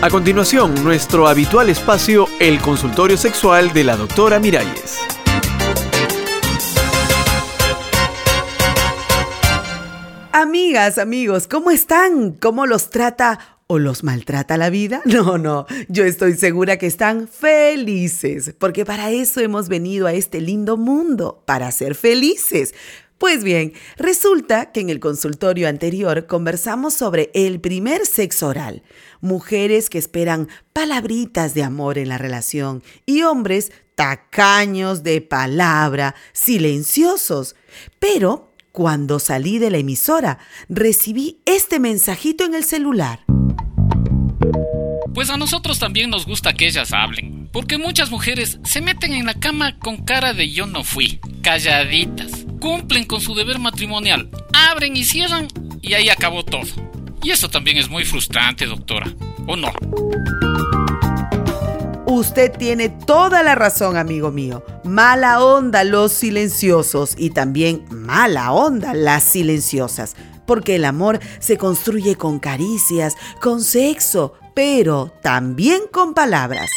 A continuación, nuestro habitual espacio, el consultorio sexual de la doctora Miralles. Amigas, amigos, ¿cómo están? ¿Cómo los trata o los maltrata la vida? No, no, yo estoy segura que están felices, porque para eso hemos venido a este lindo mundo, para ser felices. Pues bien, resulta que en el consultorio anterior conversamos sobre el primer sexo oral, mujeres que esperan palabritas de amor en la relación y hombres tacaños de palabra, silenciosos. Pero cuando salí de la emisora, recibí este mensajito en el celular. Pues a nosotros también nos gusta que ellas hablen, porque muchas mujeres se meten en la cama con cara de yo no fui, calladitas, cumplen con su deber matrimonial, abren y cierran y ahí acabó todo. Y eso también es muy frustrante, doctora, ¿o no? Usted tiene toda la razón, amigo mío. Mala onda los silenciosos y también mala onda las silenciosas, porque el amor se construye con caricias, con sexo, pero también con palabras.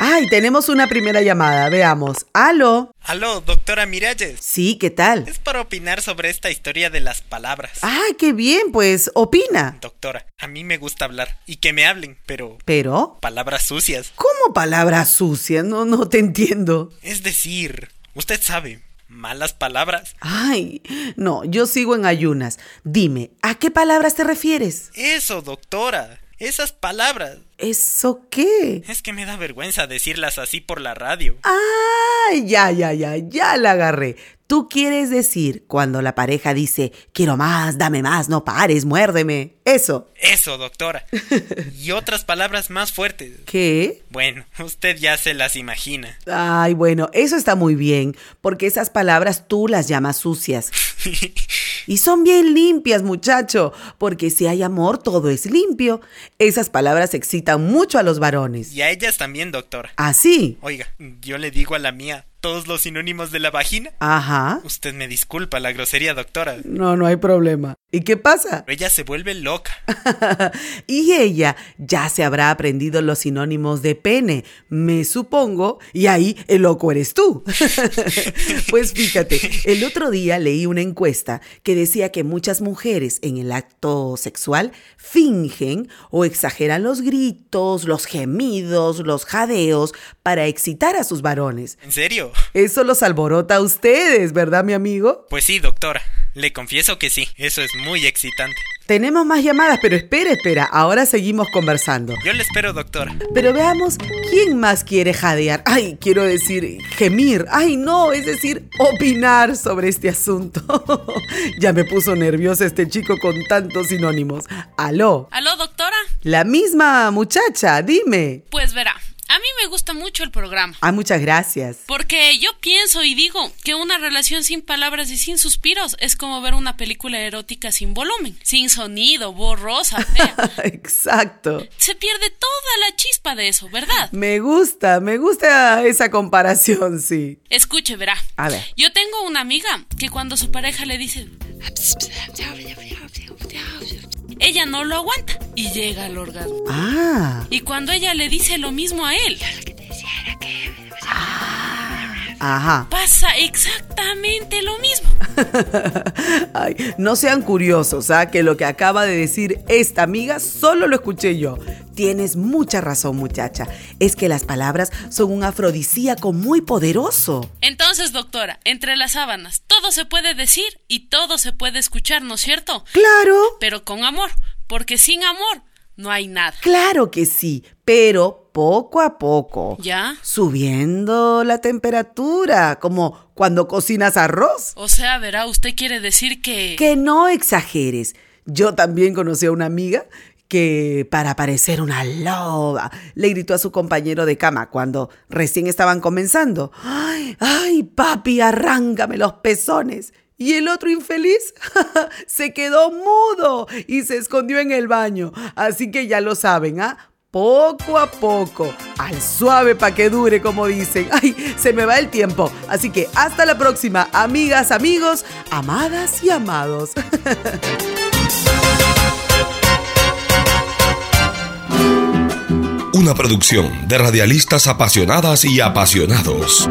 Ay, tenemos una primera llamada, veamos. Aló. Aló, doctora Miralles. Sí, ¿qué tal? Es para opinar sobre esta historia de las palabras. Ay, qué bien, pues opina. Doctora, a mí me gusta hablar y que me hablen, pero Pero, palabras sucias. ¿cómo palabras sucias? No, no te entiendo. Es decir, usted sabe, malas palabras. Ay, no, yo sigo en ayunas. Dime, ¿a qué palabras te refieres? Eso, doctora. Esas palabras. ¿Eso qué? Es que me da vergüenza decirlas así por la radio. Ah, ya, ya, ya, ya la agarré. Tú quieres decir cuando la pareja dice, quiero más, dame más, no pares, muérdeme. Eso. Eso, doctora. Y otras palabras más fuertes. ¿Qué? Bueno, usted ya se las imagina. Ay, bueno, eso está muy bien, porque esas palabras tú las llamas sucias. Y son bien limpias, muchacho, porque si hay amor, todo es limpio. Esas palabras excitan mucho a los varones. ¿Ah, Y a ellas también, doctora. Así. Oiga, yo le digo a la mía todos los sinónimos de la vagina. Ajá. Usted me disculpa la grosería, doctora. Pero No, no hay problema. ¿Y qué pasa? ella se vuelve loca. y ella ya se habrá aprendido los sinónimos de pene, me supongo, y ahí el loco eres tú. pues fíjate, el otro día leí una encuesta que decía que muchas mujeres en el acto sexual fingen o exageran los gritos, los gemidos, los jadeos para excitar a sus varones. ¿En serio? Eso los alborota a ustedes, ¿verdad, mi amigo? Pues sí, doctora. Le confieso que sí. Eso es muy excitante. Tenemos más llamadas, pero espera, espera, ahora seguimos conversando. Yo le espero, doctora. Pero veamos quién más quiere jadear. Ay, quiero decir, gemir. Ay, no, es decir, opinar sobre este asunto. ya me puso nerviosa este chico con tantos sinónimos. Aló, Aló, doctora. la misma muchacha, dime. Pues verá, a mí me gusta mucho el programa. Ah, muchas gracias. Porque yo pienso y digo que una relación sin palabras y sin suspiros es como ver una película erótica sin volumen, sin sonido, borrosa, fea. Exacto. Se pierde toda la chispa de eso, ¿verdad? Me gusta, me gusta esa comparación, sí. Escuche, verá. A ver. Yo tengo una amiga que cuando su pareja le dice... Ella no lo aguanta y llega al orgasmo. Ah, Y cuando ella le dice lo mismo a él, ajá. pasa exactamente lo mismo. Ay, no sean curiosos, ¿ah? que lo que acaba de decir esta amiga solo lo escuché yo. Tienes mucha razón, muchacha. Es que las palabras son un afrodisíaco muy poderoso. Entonces, doctora, entre las sábanas, todo se puede decir y todo se puede escuchar, ¿no es cierto? Claro, Pero con amor, porque sin amor no hay nada. claro que sí, pero poco a poco. ¿Ya? Subiendo la temperatura, como cuando cocinas arroz. O sea, verá, usted quiere decir que... Que no exageres. Yo también conocí a una amiga que para parecer una loba le gritó a su compañero de cama cuando recién estaban comenzando. Ay, ay, papi, arráncame los pezones. Y el otro infeliz se quedó mudo y se escondió en el baño. Así que ya lo saben, ¿ah? Poco a poco, al suave pa' que dure, como dicen. Ay, se me va el tiempo. Así que hasta la próxima, amigas, amigos, amadas y amados. una producción de radialistas apasionadas y apasionados.